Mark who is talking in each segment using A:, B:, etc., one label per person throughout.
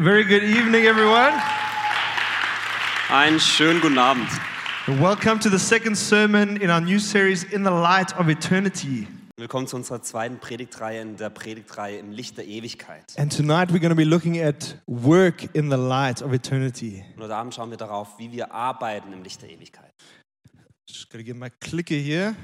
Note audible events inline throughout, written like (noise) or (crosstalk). A: Very good evening, everyone.
B: Einen schönen guten Abend.
A: Welcome to the second sermon in our new series, In the Light of Eternity.
B: Willkommen zu unserer zweiten Predigtreihe in der Predigtreihe im Licht der Ewigkeit.
A: And tonight we're going to be looking at work in the light of eternity.
B: Und heute Abend schauen wir darauf, wie wir arbeiten im Licht der Ewigkeit.
A: Just going to get my clicker here.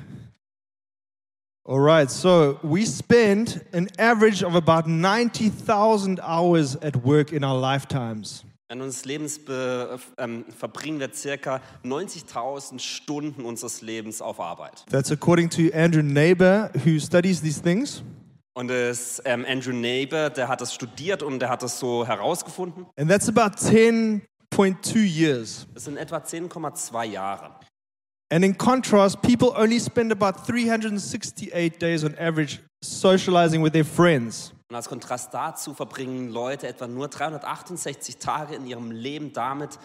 A: All right, so we spend an average of about 90,000 hours at work in our lifetimes.
B: Während unseres Lebens be, ähm, verbringen wir circa 90.000 Stunden unseres Lebens auf Arbeit.
A: That's according to Andrew Neighbor, who studies these things.
B: Und das, ähm, Andrew Neighbor, der hat das studiert und der hat das so herausgefunden.
A: And that's about 10.2 years.
B: Das sind etwa 10,2 Jahre.
A: And in contrast, people only spend about 368 days on average socializing with their friends.
B: Und als Kontrast dazu verbringen Leute etwa nur 368 Tage in ihrem Leben damit,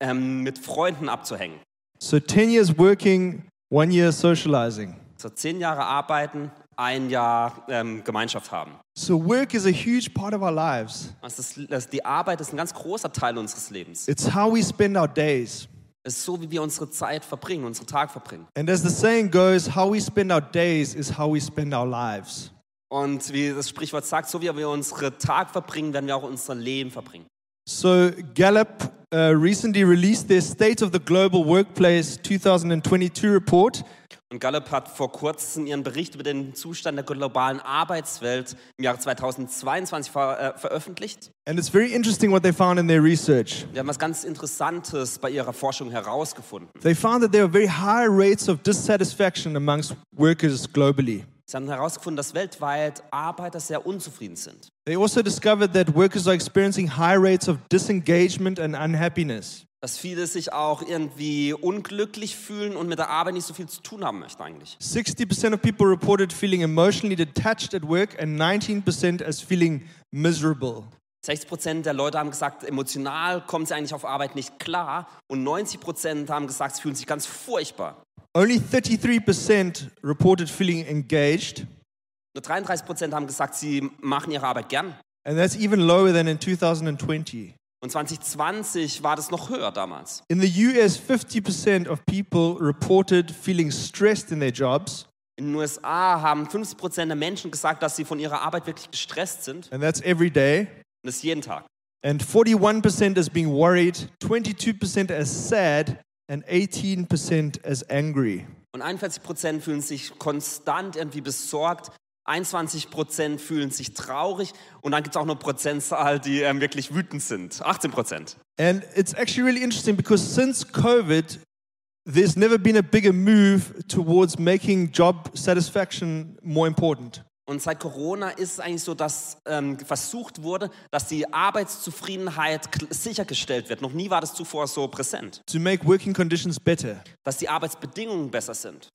B: ähm, mit Freunden abzuhängen.
A: So 10 years working, one year socializing.
B: So zehn Jahre arbeiten, ein Jahr ähm, Gemeinschaft haben.
A: So work is a huge part of our lives.
B: Also das, das, die Arbeit ist ein ganz großer Teil unseres Lebens.
A: It's how we spend our days.
B: Es ist so, wie wir unsere Zeit verbringen, unseren Tag verbringen.
A: And as the saying goes, how we spend our days is how we spend our lives.
B: Und wie das Sprichwort sagt, so wie wir unseren Tag verbringen, werden wir auch unser Leben verbringen.
A: So Gallup uh, recently released their State of the Global Workplace 2022 report,
B: Und Gallup hat vor kurzem ihren Bericht über den Zustand der globalen Arbeitswelt im Jahre 2022 ver äh, veröffentlicht.
A: and it's very interesting what they found in their research.
B: Wir haben was ganz Interessantes bei ihrer Forschung herausgefunden.
A: They found that there were very high rates of dissatisfaction amongst workers globally.
B: Sie haben herausgefunden, dass weltweit Arbeiter sehr unzufrieden sind.
A: They also discovered that workers are experiencing high rates of disengagement and unhappiness.
B: Dass viele sich auch irgendwie unglücklich fühlen und mit der Arbeit nicht so viel zu tun haben möchten eigentlich.
A: 60% of people reported feeling emotionally detached at work and 19% as feeling miserable.
B: 60% der Leute haben gesagt, emotional kommen sie eigentlich auf Arbeit nicht klar. Und 90% haben gesagt, sie fühlen sich ganz furchtbar.
A: Only 33% reported feeling engaged,
B: Nur 33% haben gesagt, sie machen ihre Arbeit gern.
A: and that's even lower than in 2020.
B: Und 2020 war das noch höher damals.
A: In the US, 50% of people reported feeling stressed in their jobs,
B: In den USA haben 50% der Menschen gesagt, dass sie von ihrer Arbeit wirklich gestresst sind. Und
A: and that's every day.
B: das jeden Tag.
A: And 41% as being worried, 22% as sad, and 18% as angry.
B: Und 41% fühlen sich konstant irgendwie besorgt. 21% fühlen sich traurig. Und dann gibt es auch eine Prozentzahl, die ähm, wirklich wütend sind. 18%.
A: And it's actually really interesting because since COVID, there's never been a bigger move towards making job satisfaction more important.
B: Und seit Corona ist es eigentlich so, dass ähm, versucht wurde, dass die Arbeitszufriedenheit kl- sichergestellt wird. Noch nie war das zuvor so präsent,
A: To make working conditions better,
B: dass die Arbeitsbedingungen besser sind.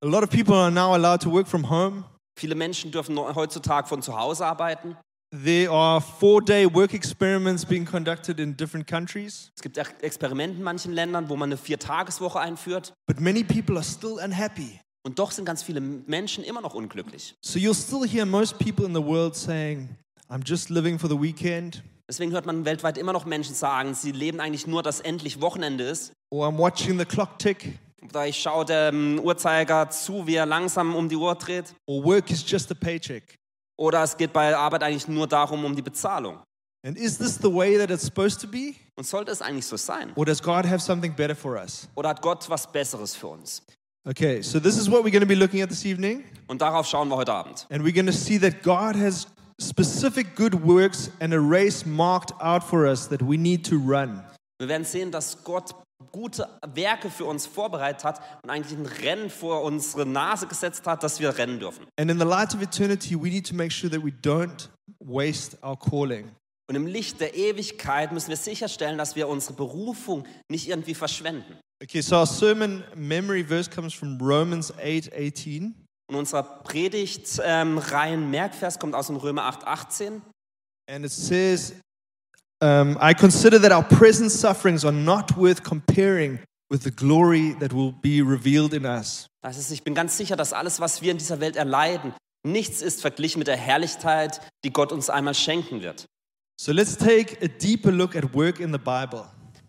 A: a lot of people are now allowed to work from home.
B: Viele Menschen dürfen neu- heutzutage von zu Hause arbeiten.
A: There are four day work experiments being conducted in different countries,
B: Es gibt Ex- Experimente in manchen Ländern, wo man eine Viertageswoche einführt.
A: but many people are still unhappy.
B: Und doch sind ganz viele Menschen immer noch unglücklich.
A: So you'll still hear most people in the world saying, I'm just living for the weekend,
B: Deswegen hört man weltweit immer noch Menschen sagen, sie leben eigentlich nur, dass endlich Wochenende ist.
A: or I'm watching the clock tick,
B: Da ich schaue dem Uhrzeiger zu, wie er langsam um die Uhr dreht.
A: or work is just a paycheck.
B: Oder es geht bei Arbeit eigentlich nur darum, um die Bezahlung.
A: And is this the way that it's supposed to be?
B: Und sollte es eigentlich so sein?
A: Or does God have something better for us?
B: Oder hat Gott was Besseres für uns?
A: Okay, so this is what we're going to be looking at this evening.
B: Und darauf schauen wir heute Abend.
A: And we're going to see that God has specific good works and a race marked out for us that we need to run.
B: Wir werden sehen, dass Gott gute Werke für uns vorbereitet hat und eigentlich ein Rennen vor unsere Nase gesetzt hat, dass wir rennen dürfen.
A: And in the light of eternity, we need to make sure that we don't waste our calling.
B: Und im Licht der Ewigkeit müssen wir sicherstellen, dass wir unsere Berufung nicht irgendwie verschwenden.
A: Okay, so our sermon memory verse comes from Romans 8 18.
B: Und unser Predigt ähm, rein Merkvers kommt aus dem Römer 8, 18.
A: And it says, um, I consider that our present sufferings are not worth comparing with the glory that will be revealed in us.
B: Das ist, ich bin ganz sicher, dass alles, was wir in dieser Welt erleiden, nichts ist verglichen mit der Herrlichkeit, die Gott uns einmal schenken wird.
A: So let's take a deeper look at work in the Bible.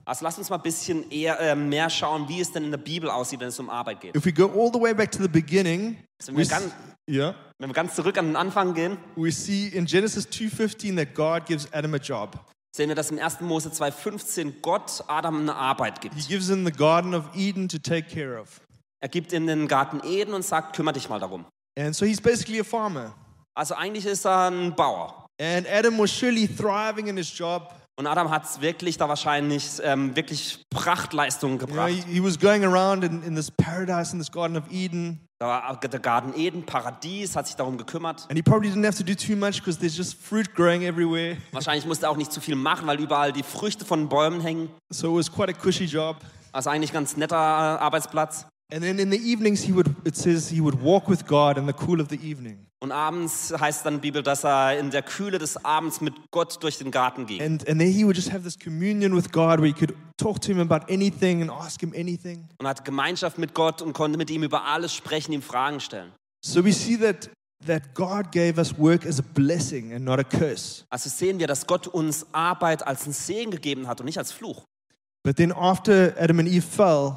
B: Also lass uns mal ein bisschen eher, äh, mehr schauen, wie es denn in der Bibel aussieht, wenn es um Arbeit geht.
A: If we go all the way back to the beginning,
B: So
A: we
B: wir
A: s-
B: ganz,
A: yeah,
B: wenn wir ganz zurück an den Anfang gehen,
A: we see in Genesis 2:15 that God gives Adam a job.
B: sehen wir, dass im 1. Mose 2,15 Gott Adam eine Arbeit gibt.
A: He gives him the Garden of Eden to take care of.
B: Er gibt ihm den Garten Eden und sagt, kümmere dich mal darum.
A: And so he's basically a farmer.
B: Also eigentlich ist er ein Bauer.
A: And Adam was surely thriving in his job.
B: Und Adam hat es wirklich da wahrscheinlich ähm, wirklich Prachtleistungen
A: You know,
B: gebracht.
A: he, he was going around in, in this paradise, in this Garden of Eden.
B: Da war der Garten Eden, Paradies, hat sich
A: (laughs)
B: darum gekümmert.
A: And he probably didn't have to do too much because there's just fruit growing everywhere.
B: Wahrscheinlich musste er auch nicht zu viel machen, weil überall die Früchte von Bäumen hängen.
A: So it was quite a cushy job.
B: Also eigentlich ganz netter äh, Arbeitsplatz.
A: And then in the evenings, he would, it says he would walk with God in the cool of the evening.
B: Und abends heißt dann die Bibel, dass er in der Kühle des Abends mit Gott durch den Garten ging.
A: And, and then he would just have this communion with God where he could talk to him about anything and ask him anything.
B: Und hatte Gemeinschaft mit Gott und konnte mit ihm über alles sprechen, ihm Fragen stellen.
A: So we see that, that God gave us work as a blessing and not a curse.
B: Also sehen wir, dass Gott uns Arbeit als einen Segen gegeben hat und nicht als Fluch.
A: But then after Adam and Eve fell,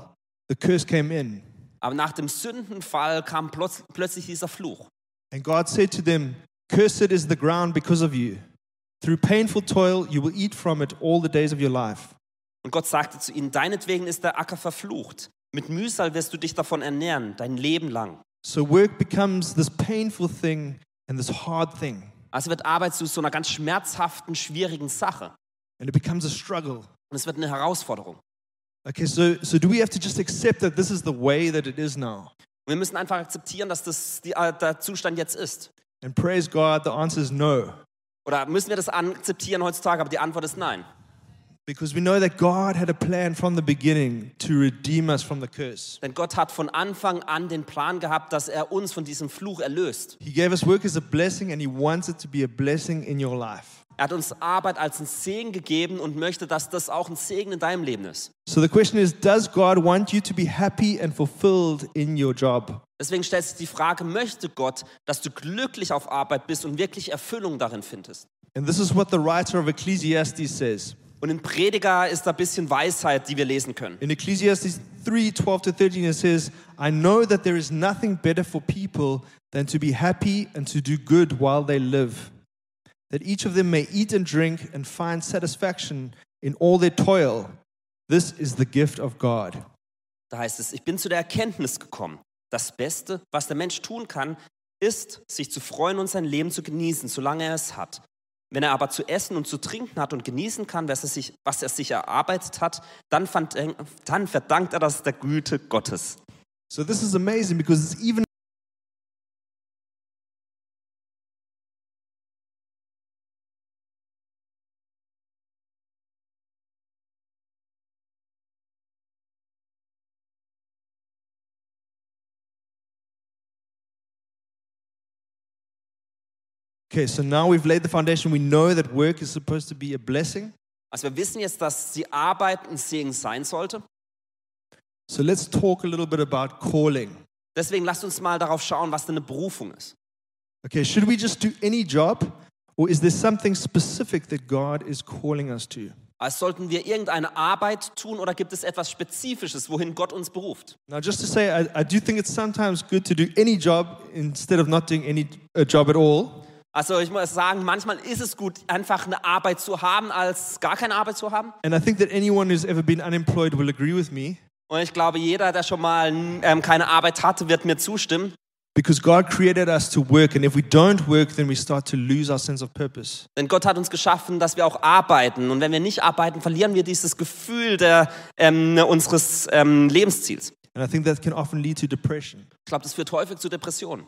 A: the curse came in.
B: Aber nach dem Sündenfall kam plötz plötzlich dieser Fluch.
A: And God said to them, Cursed is the ground because of you. Through painful toil, you will eat from it all the days of your life.
B: Und Gott sagte zu ihnen, deinetwegen ist der Acker verflucht. Mit Mühsal wirst du dich davon ernähren, dein Leben lang.
A: So work becomes this painful thing and this hard thing.
B: Also wird Arbeit zu so einer ganz schmerzhaften, schwierigen Sache.
A: And it becomes a struggle.
B: Und es wird eine Herausforderung.
A: Okay, so, so do we have to just accept that this is the way that it is now?
B: Und wir müssen einfach akzeptieren, dass das die, äh, der Zustand jetzt ist.
A: And praise God, the answer is no.
B: Oder müssen wir das akzeptieren heutzutage? Aber die Antwort ist nein.
A: Because we know that God had a plan from the beginning to redeem us from the curse.
B: Denn Gott hat von Anfang an den Plan gehabt, dass er uns von diesem Fluch erlöst.
A: He gave us work as a blessing and He wants it to be a blessing in your life.
B: Er hat uns Arbeit als einen Segen gegeben und möchte, dass das auch ein Segen in deinem Leben ist.
A: So the question is Does God want you to be happy and fulfilled in your job?
B: Deswegen stellt sich die Frage, möchte Gott, dass du glücklich auf Arbeit bist und wirklich Erfüllung darin findest?
A: And this is what the writer of Ecclesiastes says.
B: Und im Prediger ist da ein bisschen Weisheit, die wir lesen können.
A: In Ecclesiastes 3 12 to 13, it says, I know that there is nothing better for people than to be happy and to do good while they live, that each of them may eat and drink and find satisfaction in all their toil. This is the gift of God.
B: Da heißt es, ich bin zu der Erkenntnis gekommen. Das Beste, was der Mensch tun kann, ist, sich zu freuen und sein Leben zu genießen, solange er es hat. Wenn er aber zu essen und zu trinken hat und genießen kann, was er sich, was er sich erarbeitet hat, dann, fand, dann verdankt er das der Güte Gottes.
A: So this is amazing because it's even Okay, so now we've laid the foundation. We know that work is supposed to be a blessing.
B: Also wir wissen jetzt, dass die Arbeit ein Segen sein sollte.
A: So let's talk a little bit about calling.
B: Deswegen lasst uns mal darauf schauen, was denn eine Berufung ist.
A: Okay, should we just do any job? Or is there something specific that God is calling us to?
B: Also sollten wir irgendeine Arbeit tun oder gibt es etwas Spezifisches, wohin Gott uns beruft?
A: Now, just to say, I, I do think it's sometimes good to do any job instead of not doing any a job at all.
B: Also ich muss sagen, manchmal ist es gut, einfach eine Arbeit zu haben, als gar keine Arbeit zu haben.
A: And I think that anyone who's ever been unemployed will agree with me
B: Und ich glaube, jeder, der schon mal ähm, keine Arbeit hatte, wird mir zustimmen.
A: because God created us to work. And if we don't work, then we start to lose our sense of purpose.
B: Denn Gott hat uns geschaffen, dass wir auch arbeiten. Und wenn wir nicht arbeiten, verlieren wir dieses Gefühl der, ähm, unseres ähm, Lebensziels.
A: And I think that can often lead to depression.
B: Ich glaube, das führt häufig zu Depressionen.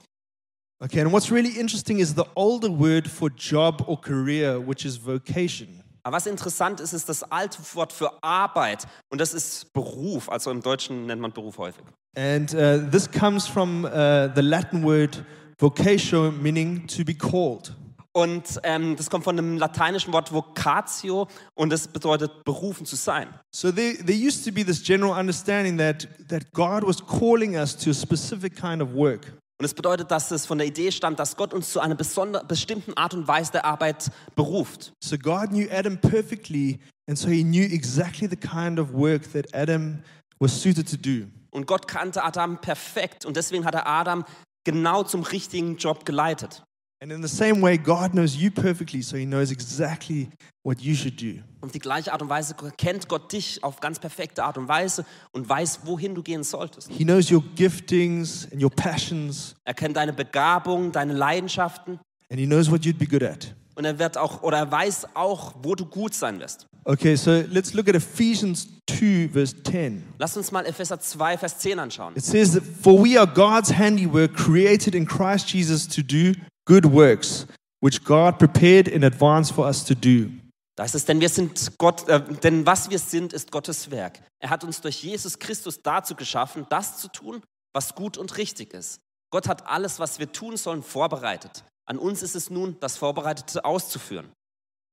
A: Okay, and what's really interesting is the older word for job or career, which is vocation.
B: Aber was interessant ist, ist das alte Wort für Arbeit. Und das ist Beruf. Also im Deutschen nennt man Beruf häufig.
A: And uh, this comes from uh, the Latin word vocatio, meaning to be called.
B: Und ähm, das kommt von dem lateinischen Wort vocatio und das bedeutet berufen zu sein.
A: So there, there used to be this general understanding that, that God was calling us to a specific kind of work.
B: Und es bedeutet, dass es von der Idee stammt, dass Gott uns zu einer besonder, bestimmten Art und Weise der Arbeit beruft.
A: So God knew Adam perfectly, and so he knew exactly the kind of work that Adam was suited to do.
B: Und Gott kannte Adam perfekt und deswegen hat er Adam genau zum richtigen Job geleitet.
A: And in the same way, God knows you perfectly, so he knows exactly what you should do.
B: Auf die gleiche Art und Weise kennt Gott dich auf ganz perfekte Art und Weise und weiß, wohin du gehen solltest.
A: He knows your giftings and your passions,
B: Er kennt deine Begabung, deine Leidenschaften
A: and he knows what you'd be good at.
B: und er wird auch oder er weiß auch, wo du gut sein wirst.
A: Okay, so let's look at Ephesians 2, verse 10.
B: Lass uns mal Epheser 2 Vers 10 anschauen.
A: It says, that, For we are God's handiwork, created in Christ Jesus to do good works, which God prepared in advance for us to do.
B: Da ist es, denn wir sind Gott, äh, denn was wir sind, ist Gottes Werk. Er hat uns durch Jesus Christus dazu geschaffen, das zu tun, was gut und richtig ist. Gott hat alles, was wir tun sollen, vorbereitet. An uns ist es nun, das Vorbereitete auszuführen.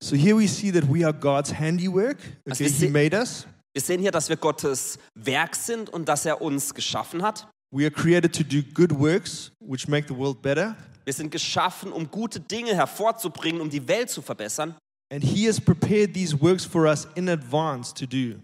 A: So here we see that we are God's handiwork.
B: As
A: Okay, He
B: we see-
A: made us.
B: Wir sehen hier, dass wir Gottes Werk sind und dass er uns geschaffen hat.
A: We are created to do good works, which make the world better.
B: Wir sind geschaffen, um gute Dinge hervorzubringen, um die Welt zu verbessern.
A: And He has prepared these works for us in advance to do.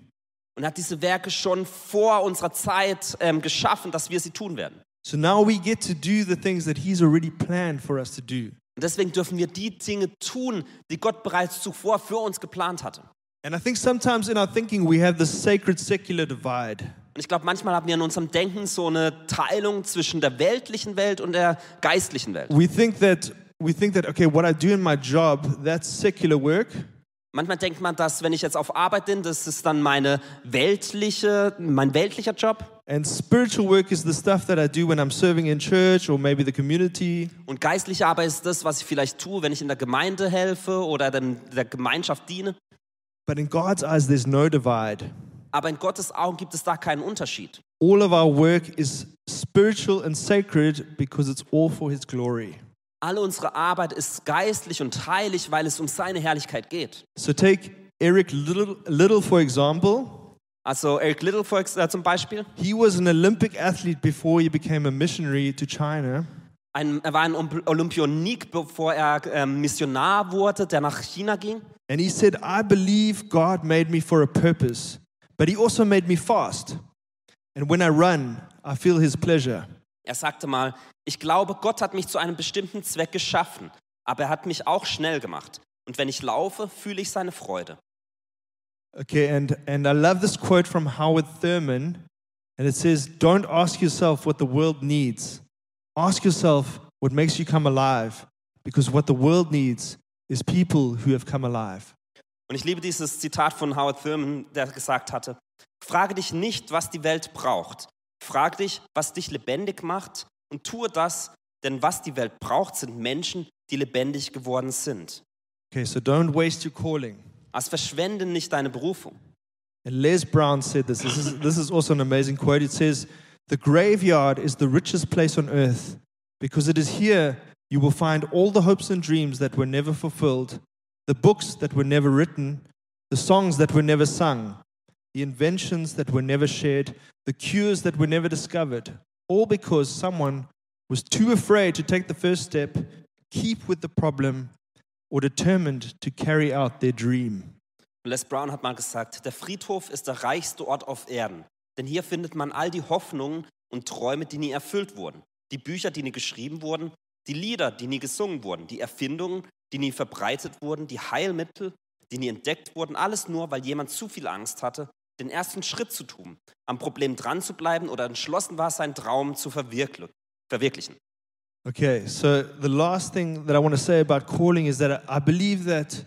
B: Und er hat diese Werke schon vor unserer Zeit ähm, geschaffen, dass wir sie tun werden.
A: So now we get to do the things that He's already planned for us to do.
B: Und deswegen dürfen wir die Dinge tun, die Gott bereits zuvor für uns geplant hatte.
A: And I think sometimes in our thinking we have this sacred secular divide.
B: Und ich glaube, manchmal haben wir in unserem Denken so eine Teilung zwischen der weltlichen Welt und der geistlichen Welt.
A: we think that we think that okay what i do in my job that's secular work
B: Manchmal denkt man, dass wenn ich jetzt auf Arbeit bin, das ist dann meine weltliche, mein weltlicher Job
A: and spiritual work is the stuff that i do when i'm serving in church or maybe the community
B: und geistliche Arbeit ist das, was ich vielleicht tue, wenn ich in der Gemeinde helfe oder dem, der Gemeinschaft diene.
A: but in god's eyes there's no divide
B: Aber in Gottes Augen gibt es da keinen Unterschied.
A: all of our work is spiritual and sacred because it's all for his glory
B: Alle unsere Arbeit ist geistlich und heilig, weil es um seine Herrlichkeit geht.
A: so take eric little, little for example
B: Also Eric Little vor- äh, zum Beispiel,
A: he was an olympic athlete before he became a missionary to china
B: Ein, er war ein Olymp- Olympionik, bevor er ähm, Missionar wurde, der nach China ging.
A: and he said i believe god made me for a purpose but he also made me fast and when i run i feel his pleasure
B: Er sagte mal, ich glaube, Gott hat mich zu einem bestimmten Zweck geschaffen, aber er hat mich auch schnell gemacht. Und wenn ich laufe, fühle ich seine Freude.
A: Okay, and, and I love this quote from Howard Thurman. And it says, Don't ask yourself what the world needs. Ask yourself what makes you come alive. Because what the world needs is people who have come alive.
B: Und ich liebe dieses Zitat von Howard Thurman, der gesagt hatte, frage dich nicht, was die Welt braucht. Frage dich, was dich lebendig macht und tue das, denn was die Welt braucht, sind Menschen, die lebendig geworden sind.
A: Okay, so don't waste your calling.
B: Also verschwende nicht deine Berufung.
A: And Les Brown said this. This is, this is also an amazing quote. It says, The graveyard is the richest place on earth because it is here you will find all the hopes and dreams that were never fulfilled, the books that were never written, the songs that were never sung, the inventions that were never shared, the cures that were never discovered, all because someone was too afraid to take the first step, keep with the problem, or determined to carry out their dream.
B: Les Brown hat mal gesagt, der Friedhof ist der reichste Ort auf Erden, denn hier findet man all die Hoffnungen und Träume, die nie erfüllt wurden, die Bücher, die nie geschrieben wurden, die Lieder, die nie gesungen wurden, die Erfindungen, die nie verbreitet wurden, die Heilmittel, die nie entdeckt wurden, alles nur, weil jemand zu viel Angst hatte, den ersten Schritt zu tun, am Problem dran zu bleiben oder entschlossen war, seinen Traum zu verwirkli- verwirklichen.
A: Okay, so the last thing that I want to say about calling is that I believe that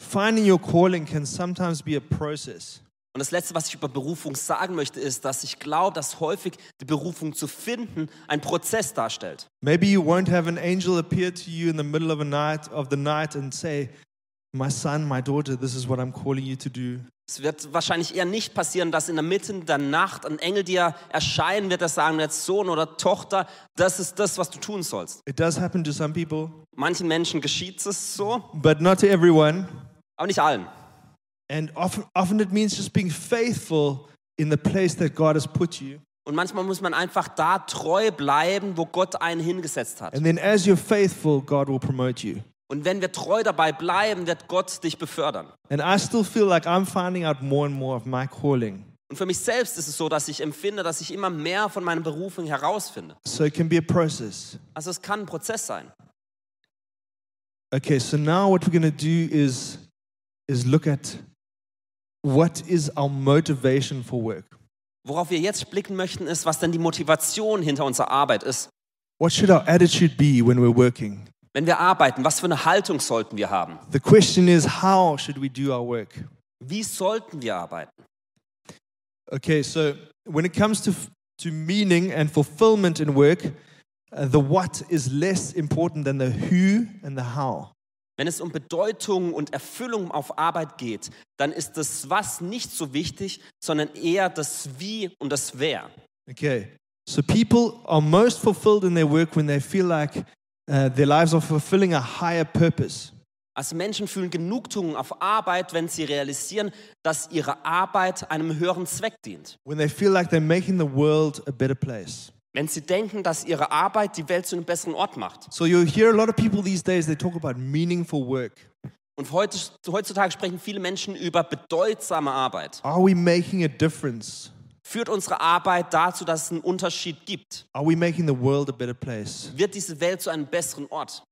A: finding your calling can sometimes be a process.
B: Und das Letzte, was ich über Berufung sagen möchte, ist, dass ich glaube, dass häufig die Berufung zu finden ein Prozess darstellt.
A: Maybe you won't have an angel appear to you in the middle of a night of the night and say, "My son, my daughter, this is what I'm calling you to do."
B: Es wird wahrscheinlich eher nicht passieren, dass in der Mitte der Nacht ein Engel dir erscheinen wird, der sagen wird, Sohn oder Tochter, das ist das, was du tun sollst.
A: It does happen to some people,
B: Manchen Menschen geschieht es so,
A: but not to everyone.
B: aber nicht allen.
A: And often often it means just being faithful in the place that God has put you.
B: Und manchmal muss man einfach da treu bleiben, wo Gott einen hingesetzt hat.
A: And then as you're faithful, God will promote you.
B: Und wenn wir treu dabei bleiben, wird Gott dich befördern.
A: And I still feel like I'm finding out more and more of my calling.
B: Und für mich selbst ist es so, dass ich empfinde, dass ich immer mehr von meinen Berufungen herausfinde.
A: So it can be a process.
B: Also es kann ein Prozess sein.
A: Okay, so now what we're going to do is is look at what is our motivation for work?
B: Worauf wir jetzt blicken möchten, ist, was denn die Motivation hinter unserer Arbeit ist.
A: What should our attitude be when we're working?
B: Wenn wir arbeiten, was für eine Haltung sollten wir haben?
A: The question is how should we do our work?
B: Wie sollten wir arbeiten?
A: Okay, so when it comes to f- to meaning and fulfillment in work, uh, the what is less important than the who and the how.
B: Wenn es um Bedeutung und Erfüllung auf Arbeit geht, dann ist das Was nicht so wichtig, sondern eher das Wie und das Wer.
A: Okay. So people are most fulfilled in their work when they feel like uh, their lives are fulfilling a higher purpose.
B: Also Menschen fühlen Genugtuung auf Arbeit, wenn sie realisieren, dass ihre Arbeit einem höheren Zweck dient.
A: When they feel like they're making the world a better place.
B: Wenn sie denken, dass ihre Arbeit die Welt zu einem besseren Ort macht.
A: So you'll hear a lot of people these days, they talk about meaningful work.
B: Und heute, heutzutage sprechen viele Menschen über bedeutsame Arbeit.
A: Are we making a difference?
B: Führt unsere Arbeit dazu, dass es einen Unterschied gibt?
A: Are we making the world a better place?
B: Wird diese Welt zu einem besseren Ort?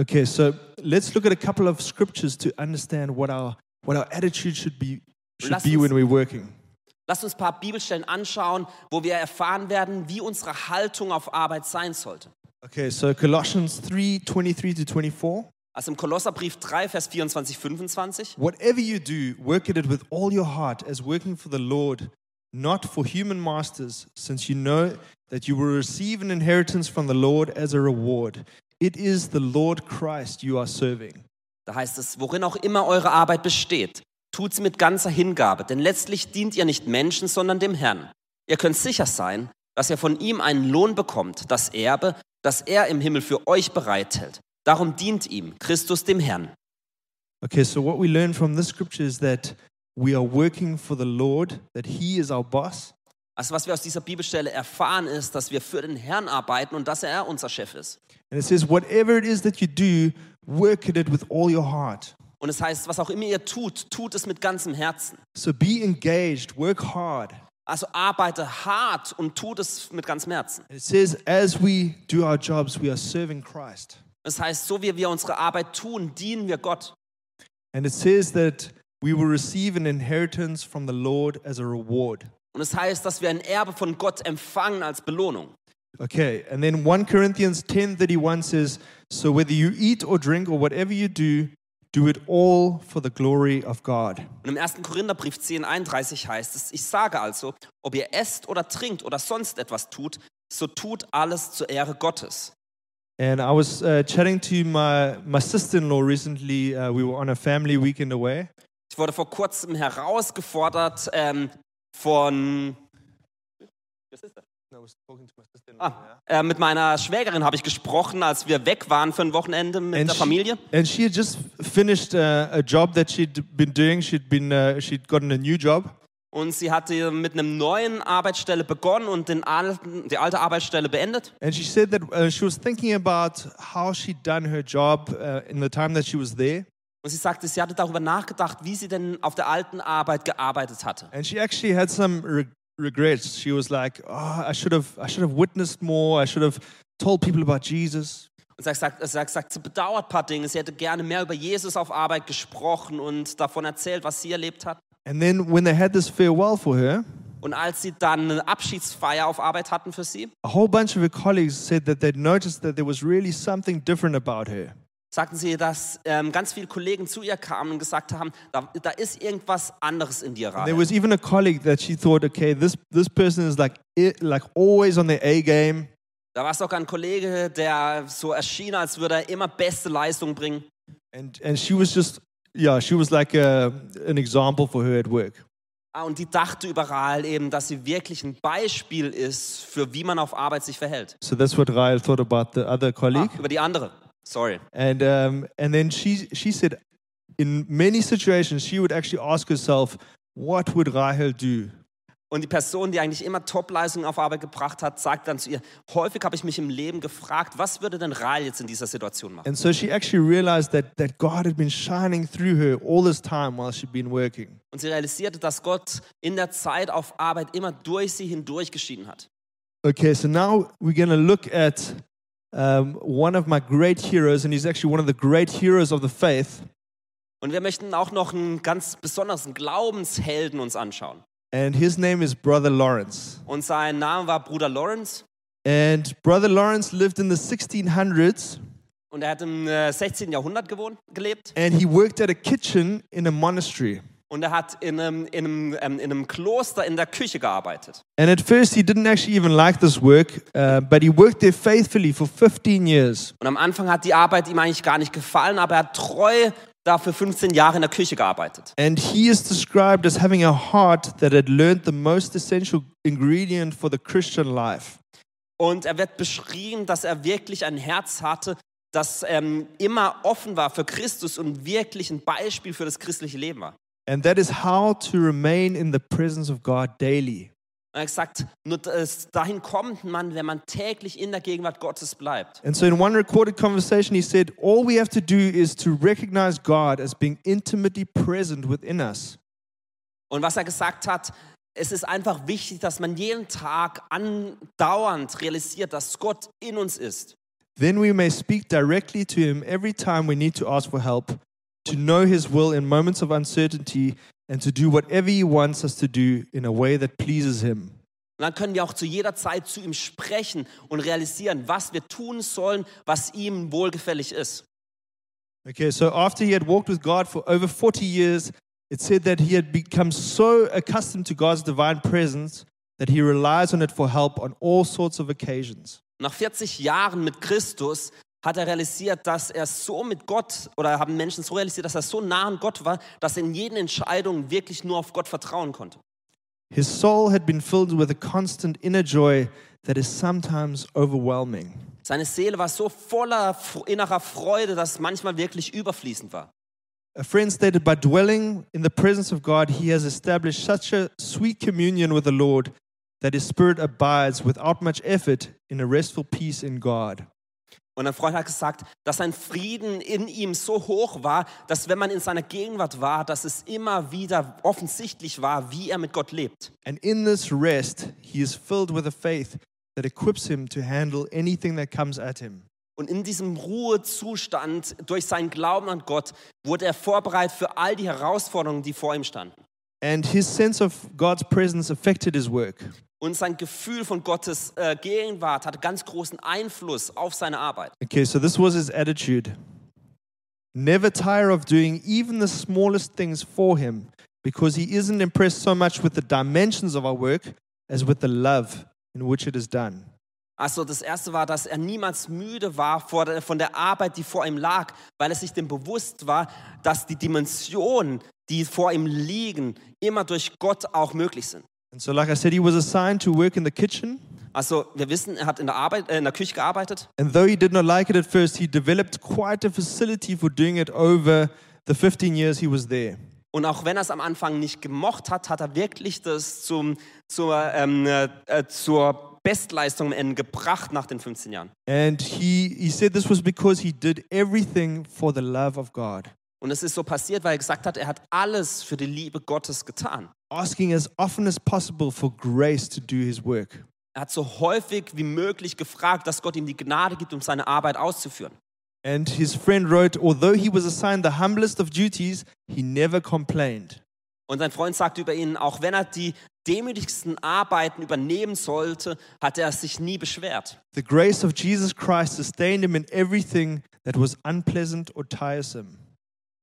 A: Okay, so let's look at a couple of scriptures to understand what our, what our attitude should be, should
B: Lass
A: be
B: uns-
A: when we're working.
B: Lasst uns ein paar Bibelstellen anschauen, wo wir erfahren werden, wie unsere Haltung auf Arbeit sein sollte.
A: Okay, so Colossians 3 23 to 24.
B: Also im Kolosserbrief 3, Vers 24, 25.
A: Whatever you do, work at it with all your heart as working for the Lord, not for human masters, since you know that you will receive an inheritance from the Lord as a reward. It is the Lord Christ you are serving.
B: Da heißt es, worin auch immer eure Arbeit besteht, tut's mit ganzer Hingabe, denn letztlich dient ihr nicht Menschen, sondern dem Herrn. Ihr könnt sicher sein, dass ihr von ihm einen Lohn bekommt, das Erbe, das er im Himmel für euch bereithält. Darum dient ihm Christus dem Herrn.
A: Okay, so what we learn from this scripture is that we are working for the Lord, that He is our boss,
B: Also was wir aus dieser Bibelstelle erfahren ist, dass wir für den Herrn arbeiten und dass er unser Chef ist.
A: and it says, whatever it is that you do, work at it with all your heart.
B: Und es heißt, was auch immer ihr tut, tut es mit ganzem Herzen.
A: So be engaged, work hard.
B: Also arbeite hart und tut es mit ganzem Herzen.
A: And it says, as we do our jobs, we are serving Christ.
B: Das heißt, so wie wir unsere Arbeit tun, dienen wir Gott.
A: And it says that we will receive an inheritance from the Lord as a reward.
B: Und es heißt, dass wir ein Erbe von Gott empfangen als Belohnung.
A: Okay, and then 1 Corinthians 10:31 says, "So whether you eat or drink or whatever you do, do it all for the glory of God."
B: Und im 1. Korintherbrief 10, 31 heißt es, ich sage also, ob ihr esst oder trinkt oder sonst etwas tut, so tut alles zur Ehre Gottes.
A: And I was uh, chatting to my, my sister-in-law recently. Uh, we were on a family weekend away,
B: Ich wurde vor kurzem herausgefordert ähm, von Ah, äh, mit meiner Schwägerin habe ich gesprochen, als wir weg waren für ein Wochenende mit
A: And
B: der
A: she-
B: Familie.
A: and she had just finished uh, a job that she'd been doing. She'd been uh, she'd gotten a new job,
B: Und sie hatte mit einem neuen Arbeitsstelle begonnen und den alten, die alte Arbeitsstelle beendet.
A: And she said that uh, she was thinking about how she'd done her job uh, in the time that she was there.
B: Und sie sagte, sie hatte darüber nachgedacht, wie sie denn auf der alten Arbeit gearbeitet hatte.
A: And she actually had some re- regrets. She was like, oh, I should have I should have witnessed more. I should have told people about Jesus.
B: Und sie sagt, sie sagt, sagt, sie bedauert ein paar Dinge. Sie hätte gerne mehr über Jesus auf Arbeit gesprochen und davon erzählt, was sie erlebt hat.
A: And then when they had this farewell for her,
B: Und als sie dann eine Abschiedsfeier auf Arbeit hatten für sie,
A: a whole bunch of her colleagues said that they'd noticed that there was really something different about her.
B: sagten sie, dass ähm, ganz viele Kollegen zu ihr kamen und gesagt haben, da, da ist irgendwas anderes in dir,
A: There
B: Rahel.
A: was even a colleague that she thought, okay, this this person is like it, like always on their A game.
B: Da war es sogar ein Kollege, der so erschien, als würde er immer beste Leistung bringen.
A: And and she was just yeah, she was like a, an example for her at work.
B: Ah, Und die dachte über Rahel eben, dass sie wirklich ein Beispiel ist, für wie man auf Arbeit sich verhält.
A: So that's what Rael thought about the other
B: Ah,
A: colleague.
B: über die andere. Sorry.
A: And, um, and then she, she said, in many situations, she would actually ask herself, what would Rahel do?
B: Und die Person, die eigentlich immer Topleistungen auf Arbeit gebracht hat, sagt dann zu ihr, häufig habe ich mich im Leben gefragt, was würde denn Rahel jetzt in dieser Situation machen?
A: And so she actually realized that, that God had been shining through her all this time while she'd been working.
B: Und sie realisierte, dass Gott in der Zeit auf Arbeit immer durch sie hindurch geschieden hat.
A: Okay, so now we're going to look at um, one of my great heroes, and he's actually one of the great heroes of the faith.
B: Und wir möchten auch noch einen ganz besonderen Glaubenshelden uns anschauen.
A: And his name is Brother Lawrence.
B: Und sein Name war Bruder Lawrence
A: And Brother Lawrence lived in the 1600s,
B: und er hat im äh, 16. Jahrhundert gewohnt, gelebt.
A: and he worked at a kitchen in a monastery.
B: Und er hat in einem, in, einem, ähm, in einem Kloster in der Küche gearbeitet.
A: And at first, he didn't actually even like this work, uh, but he worked there faithfully for 15 years.
B: Und am Anfang hat die Arbeit ihm eigentlich gar nicht gefallen, aber er hat treu dafür 15 Jahre in der Küche gearbeitet.
A: And he is described as having a heart that had learned the most essential ingredient for the Christian life.
B: Und er wird beschrieben, dass er wirklich ein Herz hatte, das ähm, immer offen war für Christus und wirklich ein Beispiel für das christliche Leben war.
A: And that is how to remain in the presence of God daily.
B: Und er hat gesagt, nur das, dahin kommt man, wenn man täglich in der Gegenwart Gottes bleibt.
A: And so, in one recorded conversation, he said, All we have to do is to recognize God as being intimately present within us.
B: Und was er gesagt hat, es ist einfach wichtig, dass man jeden Tag andauernd realisiert, dass Gott in uns ist.
A: Then we may speak directly to him every time we need to ask for help, to know his will in moments of uncertainty, and to do whatever he wants us to do in a way that pleases him.
B: Und dann können wir auch zu jeder Zeit zu ihm sprechen und realisieren, was wir tun sollen, was ihm wohlgefällig ist.
A: Okay, so after he had walked with God for over 40 years, it said that he had become so accustomed to God's divine presence that he relies on it for help on all sorts of occasions.
B: Nach 40 Jahren mit Christus hat er realisiert, dass er so mit Gott oder haben Menschen so realisiert, dass er so nah an Gott war, dass er in jeden Entscheidungen wirklich nur auf Gott vertrauen konnte.
A: His soul had been filled with a constant inner joy that is sometimes overwhelming.
B: Seine Seele war so voller f- innerer Freude, dass es manchmal wirklich überfließend war.
A: A friend stated, by dwelling in the presence of God, he has established such a sweet communion with the Lord that his spirit abides without much effort in a restful peace in God.
B: Und ein Freund hat gesagt, dass sein Frieden in ihm so hoch war, dass wenn man in seiner Gegenwart war, dass es immer wieder offensichtlich war, wie er mit Gott lebt.
A: And in this rest, he is filled with a faith that equips him to handle anything that comes at him.
B: Und in diesem Ruhezustand durch seinen Glauben an Gott wurde er vorbereitet für all die Herausforderungen, die vor ihm standen.
A: And his sense of God's presence affected his work.
B: Und sein Gefühl von Gottes äh, Gegenwart hatte ganz großen Einfluss auf seine Arbeit.
A: Okay, so this was his attitude. Never tire of doing even the smallest things for him, because he isn't impressed so much with the dimensions of our work as with the love in which it is done.
B: Also das Erste war, dass er niemals müde war vor der, von der Arbeit, die vor ihm lag, weil er sich dem bewusst war, dass die Dimensionen, die vor ihm liegen, immer durch Gott auch möglich sind.
A: And so, like I said, he was assigned to work in the kitchen.
B: Also wir wissen, er hat in der, Arbeit, äh, in der Küche gearbeitet
A: And though he did not like it at first, he developed quite a facility for doing it over the 15 years he was there.
B: Und auch wenn er es am Anfang nicht gemocht hat, hat er wirklich das zum, zur, ähm, äh, äh, zur Bestleistung am Ende gebracht nach den 15 Jahren.
A: And he, he said this was because he did everything for the love of God,
B: Und es ist so passiert, weil er gesagt hat, er hat alles für die Liebe Gottes getan.
A: asking as often as possible for grace to do his work.
B: Er hat so häufig wie möglich gefragt, dass Gott ihm die Gnade gibt, um seine Arbeit auszuführen.
A: And his friend wrote, although he was assigned the humblest of duties, he never complained.
B: Und sein Freund sagt über ihn, auch wenn er die demütigsten Arbeiten übernehmen sollte, hat er sich nie beschwert.
A: The grace of Jesus Christ sustained him in everything that was unpleasant or tiresome.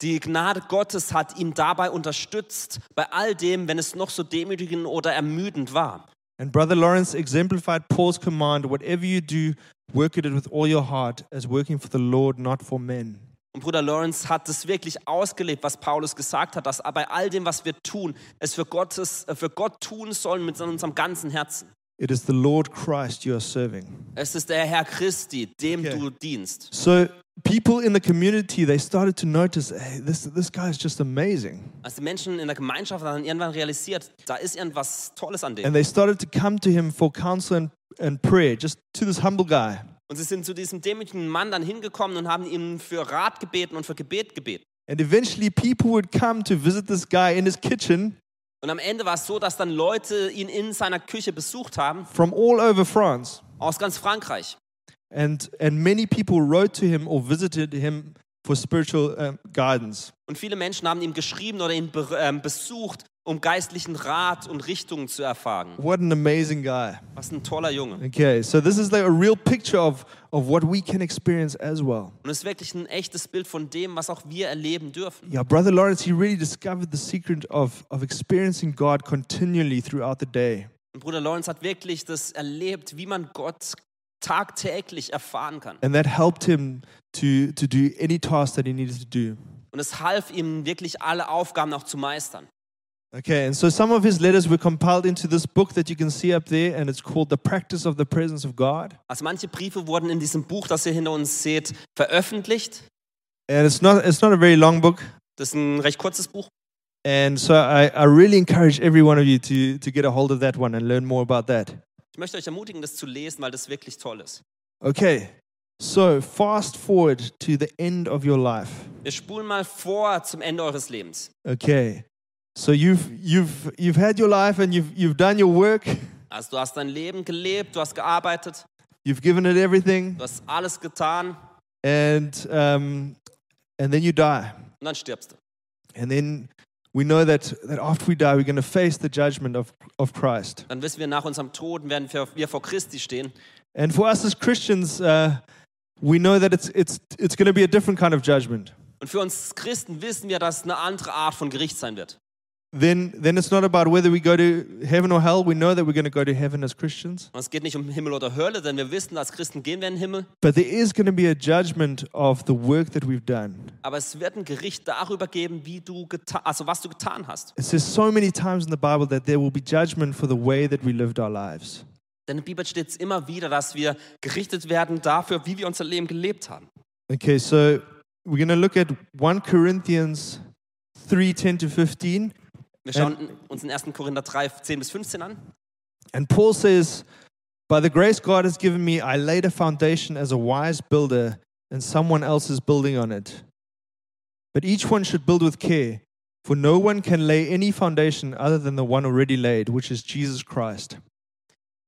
B: Die Gnade Gottes hat ihn dabei unterstützt, bei all dem, wenn es noch so demütigend oder ermüdend war.
A: And Brother Lawrence exemplified Paul's command whatever you do, work at it with all your heart, as working for the Lord, not for men.
B: Und Bruder Lawrence hat es wirklich ausgelebt, was Paulus gesagt hat, dass bei all dem, was wir tun, es für, Gottes, äh, für Gott tun sollen mit unserem ganzen Herzen.
A: It is the Lord Christ you are serving.
B: Es ist der Herr Christi, dem
A: Okay.
B: du dienst.
A: So people in the community they started to notice, hey, this this guy is just amazing,
B: Als die Menschen in der Gemeinschaft dann irgendwann realisiert, da ist irgendwas Tolles an dem.
A: and they started to come to him for counsel and, and prayer, just to this humble guy.
B: Und sie sind zu diesem demütigen Mann dann hingekommen und haben ihm für Rat gebeten und für Gebet gebeten.
A: And eventually, people would come to visit this guy in his kitchen
B: Und am Ende war es so, dass dann Leute ihn in seiner Küche besucht haben,
A: from all over France,
B: aus ganz Frankreich.
A: and and many people wrote to him or visited him for spiritual um, guidance.
B: Und viele Menschen haben ihm geschrieben oder ihn be ähm, besucht, um geistlichen Rat und Richtungen zu erfahren.
A: What an amazing guy!
B: Was ein toller Junge.
A: Okay, so this is like a real picture of of what we can experience as well.
B: Und es ist wirklich ein echtes Bild von dem, was auch wir erleben dürfen.
A: Yeah, Brother Lawrence, he really discovered the secret of, of experiencing God continually throughout the day.
B: Und Bruder Lawrence hat wirklich das erlebt, wie man Gott tagtäglich erfahren kann.
A: And that helped him to, to do any task that he needed to do.
B: Und es half ihm wirklich alle Aufgaben auch zu meistern.
A: Okay, and so some of his letters were compiled into this book that you can see up there, and it's called The Practice of the Presence of God.
B: Also manche Briefe wurden in diesem Buch, das ihr hinter uns seht, veröffentlicht.
A: And it's not, it's not a very long book.
B: Das ist ein recht kurzes Buch.
A: And so I, I really encourage every one of you to, to get a hold of that one and learn more about that.
B: Ich möchte euch ermutigen, das zu lesen, weil das wirklich toll ist.
A: Okay, so fast forward to the end of your life.
B: Wir spulen mal vor zum Ende eures Lebens.
A: Okay. So you've you've you've had your life and you've you've done your work.
B: Also du hast dein Leben gelebt, du hast gearbeitet,
A: You've given it everything,
B: du hast alles getan
A: and um, and then you die.
B: und dann stirbst du.
A: And then we know that that after we die, we're going to face the judgment of of Christ.
B: Dann wissen wir, nach unserem Tod werden wir, wir vor Christi stehen.
A: And for us as Christians, uh, we know that it's it's it's going to be a different kind of judgment.
B: Und für uns Christen wissen wir, dass es eine andere Art von Gericht sein wird.
A: Then then it's not about whether we go to heaven or hell. We know that we're going to go to heaven as Christians,
B: Und es geht nicht um Himmel oder Hölle, denn wir wissen, als Christen gehen wir in den Himmel.
A: but there is going to be a judgment of the work that we've done.
B: Aber es wird ein Gericht darüber geben, wie du geta- also was du getan hast.
A: It says so many times in the Bible that there will be judgment for the way that we lived our lives.
B: Denn in der Bibel steht es immer wieder, dass wir gerichtet werden dafür, wie wir unser Leben gelebt haben.
A: Okay, so we're going to look at 1 Corinthians 3 10 to 15.
B: Wir schauen uns in 1. Korinther 3, 10 bis 15 an.
A: And Paul says, By the grace God has given me, I laid a foundation as a wise builder, and someone else is building on it. But each one should build with care, for no one can lay any foundation other than the one already laid, which is Jesus Christ.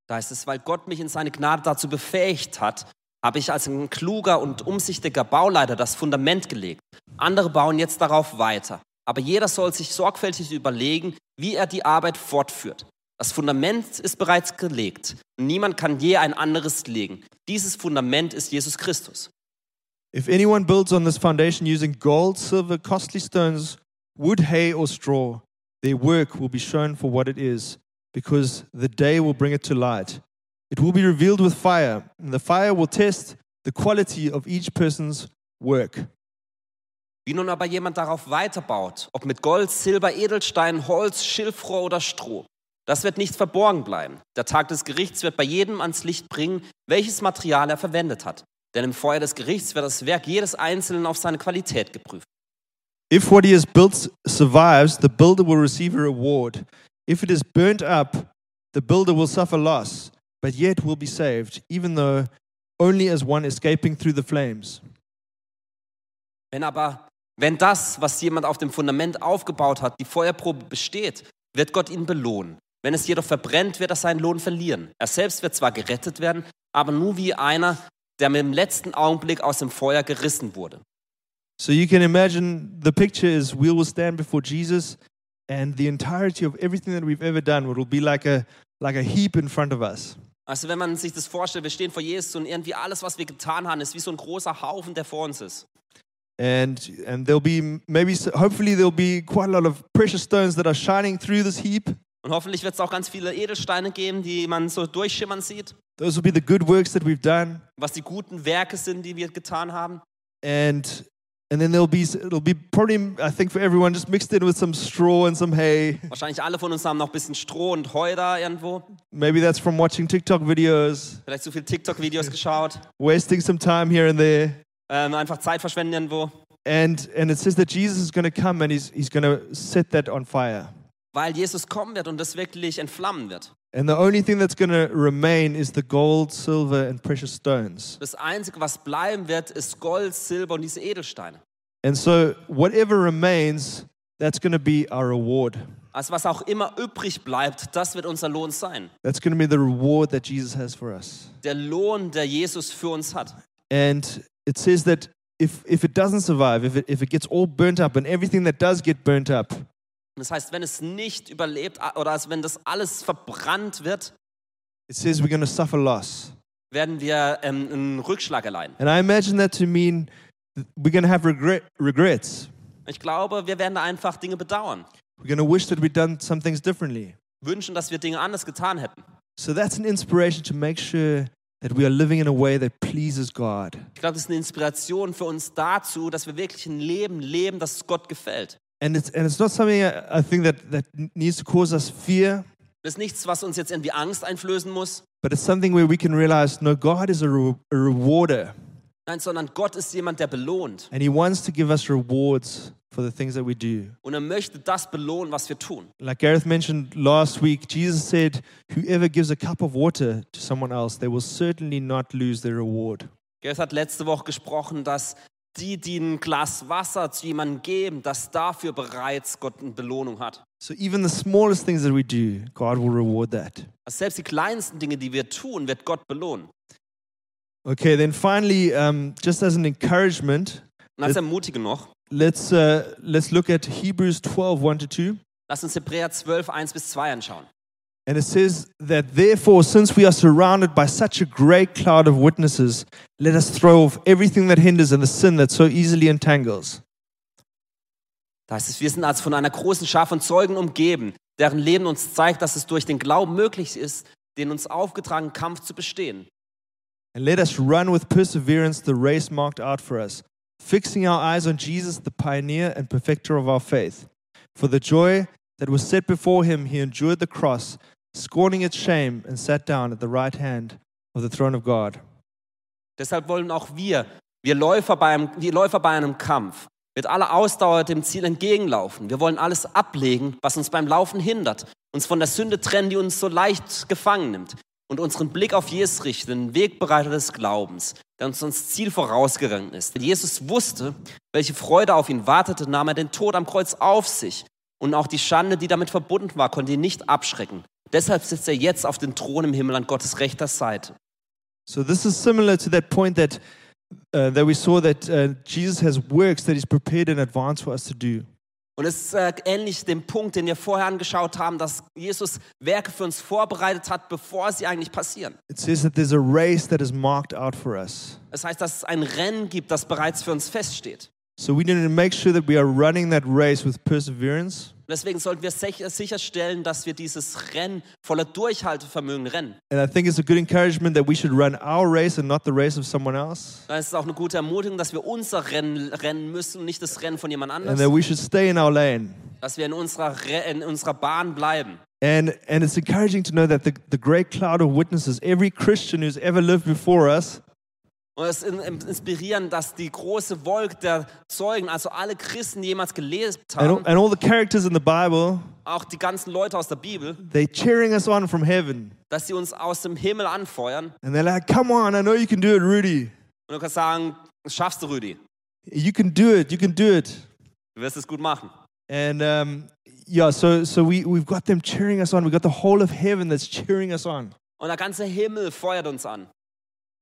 B: Da heißt es, weil Gott mich in seine Gnade dazu befähigt hat, habe ich als ein kluger und umsichtiger Bauleiter das Fundament gelegt. Andere bauen jetzt darauf weiter. Aber jeder soll sich sorgfältig überlegen, wie er die Arbeit fortführt. Das Fundament ist bereits gelegt. Niemand kann je ein anderes legen. Dieses Fundament ist Jesus Christus.
A: If anyone builds on this foundation using gold, silver, costly stones, wood, hay, or straw, their work will be shown for what it is, because the day will bring it to light. It will be revealed with fire, and the fire will test the quality of each person's work.
B: Wie nun aber jemand darauf weiterbaut, ob mit Gold, Silber, Edelstein, Holz, Schilfrohr oder Stroh, das wird nicht verborgen bleiben. Der Tag des Gerichts wird bei jedem ans Licht bringen, welches Material er verwendet hat. Denn im Feuer des Gerichts wird das Werk jedes Einzelnen auf seine Qualität geprüft.
A: If what he has built survives, the builder will receive a reward. If it is burnt up, the builder will suffer loss, but yet will be saved, even though only as one escaping through the flames.
B: Wenn aber, wenn das, was jemand auf dem Fundament aufgebaut hat, die Feuerprobe besteht, wird Gott ihn belohnen. Wenn es jedoch verbrennt, wird er seinen Lohn verlieren. Er selbst wird zwar gerettet werden, aber nur wie einer, der mit dem letzten Augenblick aus dem Feuer gerissen wurde.
A: So you can imagine the picture is we will stand before Jesus and the entirety of everything that we've ever done will be like a like a heap in front of us.
B: Also wenn man sich das vorstellt, wir stehen vor Jesus und irgendwie alles, was wir getan haben, ist wie so ein großer Haufen, der vor uns ist.
A: And and there'll be maybe hopefully there'll be quite a lot of precious stones that are shining through this heap.
B: Und hoffentlich wird es auch ganz viele Edelsteine geben, die man so durchschimmern sieht,
A: Those will be the good works that we've done
B: was die guten Werke sind, die wir getan haben.
A: and and then there'll be it'll be probably I think for everyone just mixed in with some straw and some hay.
B: Wahrscheinlich alle von uns haben noch ein bisschen Stroh und Heu da irgendwo.
A: Maybe that's from watching TikTok videos,
B: Vielleicht zu viel TikTok-Videos geschaut.
A: wasting some time here and there.
B: Äh, ähm, einfach Zeit verschwenden irgendwo,
A: And, and it says that Jesus is going to come and he's, he's going to set that on fire.
B: weil Jesus kommen wird und das wirklich entflammen wird.
A: And the only thing that's going to remain is the gold, silver, and precious stones.
B: Das Einzige, was bleiben wird, ist Gold, Silber und diese Edelsteine.
A: And so, whatever remains, that's going to be our reward.
B: Also was auch immer übrig bleibt, das wird unser Lohn sein.
A: That's going to be the reward that Jesus has for us.
B: Der Lohn, der Jesus für uns hat.
A: And it says that if, if it doesn't survive, if it, if it gets all burnt up, and everything that does get burnt up,
B: Das heißt, wenn es nicht überlebt a- oder also wenn das alles verbrannt wird,
A: it says we're going to suffer loss.
B: werden wir ähm, einen Rückschlag erleiden.
A: And I imagine that to mean th- we're going to have regret, regrets.
B: Ich glaube, wir werden da einfach Dinge bedauern,
A: We're going to wish that we'd done some things differently.
B: wünschen, dass wir Dinge anders getan hätten.
A: So that's an inspiration to make sure that we are living in a way that pleases God.
B: Ich glaube, das ist eine Inspiration für uns dazu, dass wir wirklich ein Leben leben, das Gott gefällt.
A: And it's, and it's not something I, I think that, that needs to cause us fear,
B: Das ist nichts, was uns jetzt irgendwie Angst einflößen muss.
A: but it's something where we can realize no, God is a, re- a rewarder,
B: Nein, sondern Gott ist jemand, der belohnt.
A: and He wants to give us rewards for the things that we do.
B: Und er möchte das belohnen, was wir tun.
A: Like Gareth mentioned last week, Jesus said, Whoever gives a cup of water to someone else, they will certainly not lose their reward.
B: Gareth hat letzte Woche gesprochen, dass die, die ein Glas Wasser zu jemandem geben, dass dafür bereits Gott eine Belohnung hat.
A: So even the smallest things that we do, God will reward that.
B: Also selbst die kleinsten Dinge, die wir tun, wird Gott belohnen.
A: Okay, then finally, um, just as an encouragement,
B: Und als Ermutige noch,
A: let's, uh, let's look at Hebrews 12 1 to 2.
B: lass uns Hebräer 12, 1 bis 2 anschauen.
A: And it says that therefore, since we are surrounded by such a great cloud of witnesses, let us throw off everything that hinders and the sin that so easily entangles.
B: Da heißt es, wir sind als von einer großen Schar von Zeugen umgeben, deren Leben uns zeigt, dass es durch den Glauben möglich ist, den uns aufgetragenen Kampf zu bestehen.
A: And let us run with perseverance the race marked out for us, fixing our eyes on Jesus, the pioneer and perfecter of our faith. For the joy that was set before him, he endured the cross, scorning its shame, and sat down at the right hand of the throne of God.
B: Deshalb wollen auch wir, wir Läufer bei einem, wir Läufer bei einem Kampf, mit aller Ausdauer dem Ziel entgegenlaufen. Wir wollen alles ablegen, was uns beim Laufen hindert, uns von der Sünde trennen, die uns so leicht gefangen nimmt und unseren Blick auf Jesus richten, den Wegbereiter des Glaubens, der uns ans Ziel vorausgegangen ist. Jesus wusste, welche Freude auf ihn wartete, nahm er den Tod am Kreuz auf sich und auch die Schande, die damit verbunden war, konnte ihn nicht abschrecken. Deshalb sitzt er jetzt auf dem Thron im Himmel an Gottes rechter Seite.
A: So this is similar to that point that, uh, that we saw that uh, Jesus has works that he's prepared in advance for us to do.
B: Und es ist äh, ähnlich dem Punkt, den wir vorher angeschaut haben, dass Jesus Werke für uns vorbereitet hat, bevor sie eigentlich passieren.
A: It says that there's a race that is marked out for us.
B: Das heißt, dass es ein Rennen gibt, das bereits für uns feststeht.
A: So we need to make sure that we are running that race with perseverance.
B: Und deswegen sollten wir sech- sicherstellen, dass wir dieses Rennen voller Durchhaltevermögen rennen.
A: And I think it's a good encouragement that we should run our race and not the race of someone else.
B: Dann ist es auch eine gute Ermutigung, dass wir unser Rennen rennen müssen und nicht das Rennen von jemand
A: And that
B: anderem.
A: we should stay in our lane.
B: Dass wir in unserer, Re in unserer Bahn bleiben.
A: And, and it's encouraging to know that the, the great cloud of witnesses, every Christian who's ever lived before us,
B: Und es ist inspirieren, dass die große Wolke der Zeugen, also alle Christen, die jemals gelebt
A: and, all-
B: haben,
A: and all the characters in the Bible,
B: auch die ganzen Leute aus der Bibel,
A: they're cheering us on from heaven.
B: dass sie uns aus dem Himmel anfeuern
A: And they're like, come on, I know you can do it, Rudy.
B: und du kannst sagen, das schaffst du, Rüdi,
A: You can do it, you can do it.
B: du wirst es gut machen.
A: And um, yeah, so, so we, we've got them cheering us on. We've got the whole of heaven that's cheering us on.
B: Und der ganze Himmel feuert uns an.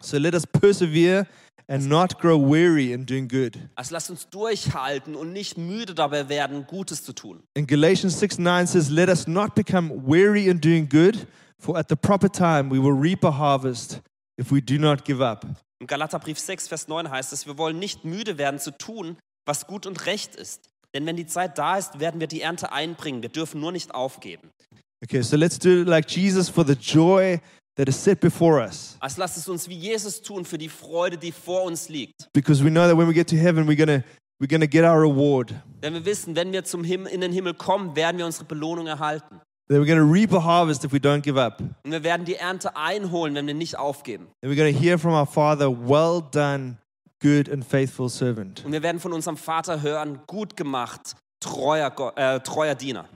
A: So let us persevere and not grow weary in doing good.
B: Also lasst uns durchhalten und nicht müde dabei werden, Gutes zu tun.
A: And Galatians 6 9 says, Let us not become weary in doing good, for at the proper time we will reap a harvest if we do not give up.
B: Im Galaterbrief 6, Vers 9 heißt es, wir wollen nicht müde werden zu tun, was gut und recht ist. Denn wenn die Zeit da ist, werden wir die Ernte einbringen. Wir dürfen nur nicht aufgeben.
A: Okay, so let's do it like Jesus for the joy that is set before us,
B: Also lasst es uns wie Jesus tun für die Freude, die vor uns liegt.
A: because we know that when we get to heaven, we're going to we're gonna get our reward,
B: Denn wir wissen, wenn wir zum Himmel, in den Himmel kommen, werden wir unsere Belohnung erhalten.
A: that we're going to reap a harvest if we don't give up. And
B: Und wir werden die Ernte einholen, wenn wir nicht aufgeben.
A: we're going to hear from our Father, Well done, good and faithful servant.
B: Und wir werden von unserem Vater hören, gut gemacht, treuer, Go- äh, treuer Diener.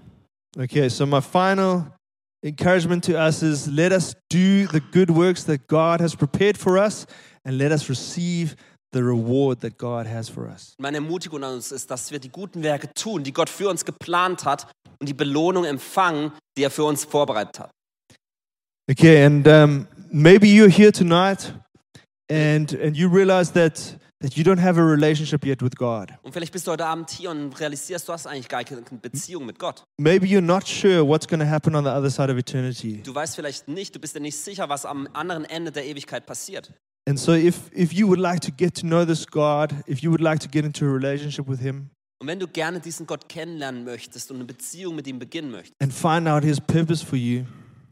A: Okay, so my final encouragement to us is let us do the good works that God has prepared for us and let us receive the reward that God has for us.
B: Meine Ermutigung an uns ist, dass wir die guten Werke tun, die Gott für uns geplant hat und die Belohnung empfangen, die er für uns vorbereitet hat.
A: Okay, and um, maybe you're here tonight and, and you realize that, that you don't have a relationship yet with God.
B: Und vielleicht bist du heute Abend hier und realisierst, du hast eigentlich gar keine Beziehung mit Gott.
A: Maybe you're not sure what's going to happen on the other side of eternity.
B: Du weißt vielleicht nicht, du bist dir nicht sicher, was am anderen Ende der Ewigkeit passiert.
A: And so, if, if you would like to get to know this God, if you would like to get into a relationship with Him
B: Und wenn du gerne diesen Gott kennenlernen möchtest und eine Beziehung mit ihm beginnen möchtest
A: and find out His purpose for you,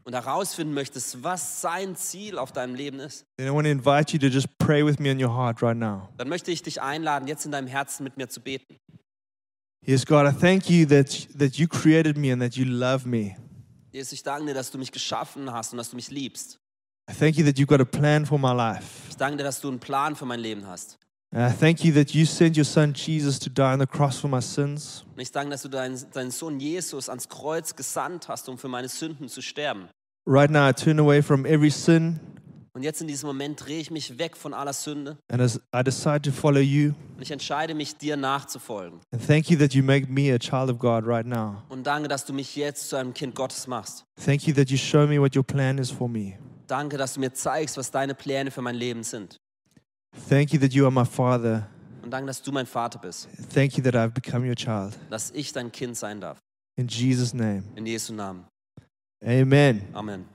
B: und herausfinden möchtest, was sein Ziel auf deinem Leben ist,
A: then I want to invite you to just pray with me in your heart right now.
B: dann möchte ich dich einladen, jetzt in deinem Herzen mit mir zu beten.
A: Yes, God, I thank you that, that you created me and that you love me.
B: Jesus, ich danke dir, dass du mich geschaffen hast und dass du mich liebst.
A: I thank you that you've got a plan for my life.
B: Ich danke dir, dass du einen Plan für mein Leben hast.
A: And I thank you that you sent your son Jesus to die on the cross for my sins.
B: Und ich danke, dass du deinen, deinen Sohn Jesus ans Kreuz gesandt hast, um für meine Sünden zu sterben.
A: Right now, I turn away from every sin
B: Und jetzt in diesem Moment drehe ich mich weg von aller Sünde
A: and as I decide to follow you.
B: und ich entscheide mich, dir nachzufolgen.
A: And thank you that you make me a child of God right now.
B: Und danke, dass du mich jetzt zu einem Kind Gottes machst.
A: Thank you that you show me what your plan is for me.
B: Danke, dass du mir zeigst, was deine Pläne für mein Leben sind.
A: Thank you that you are my father.
B: Und danke, dass du mein Vater bist,
A: Thank you that I've become your child.
B: dass ich dein Kind sein darf.
A: In Jesus' name,
B: In Jesu Namen.
A: amen.
B: Amen.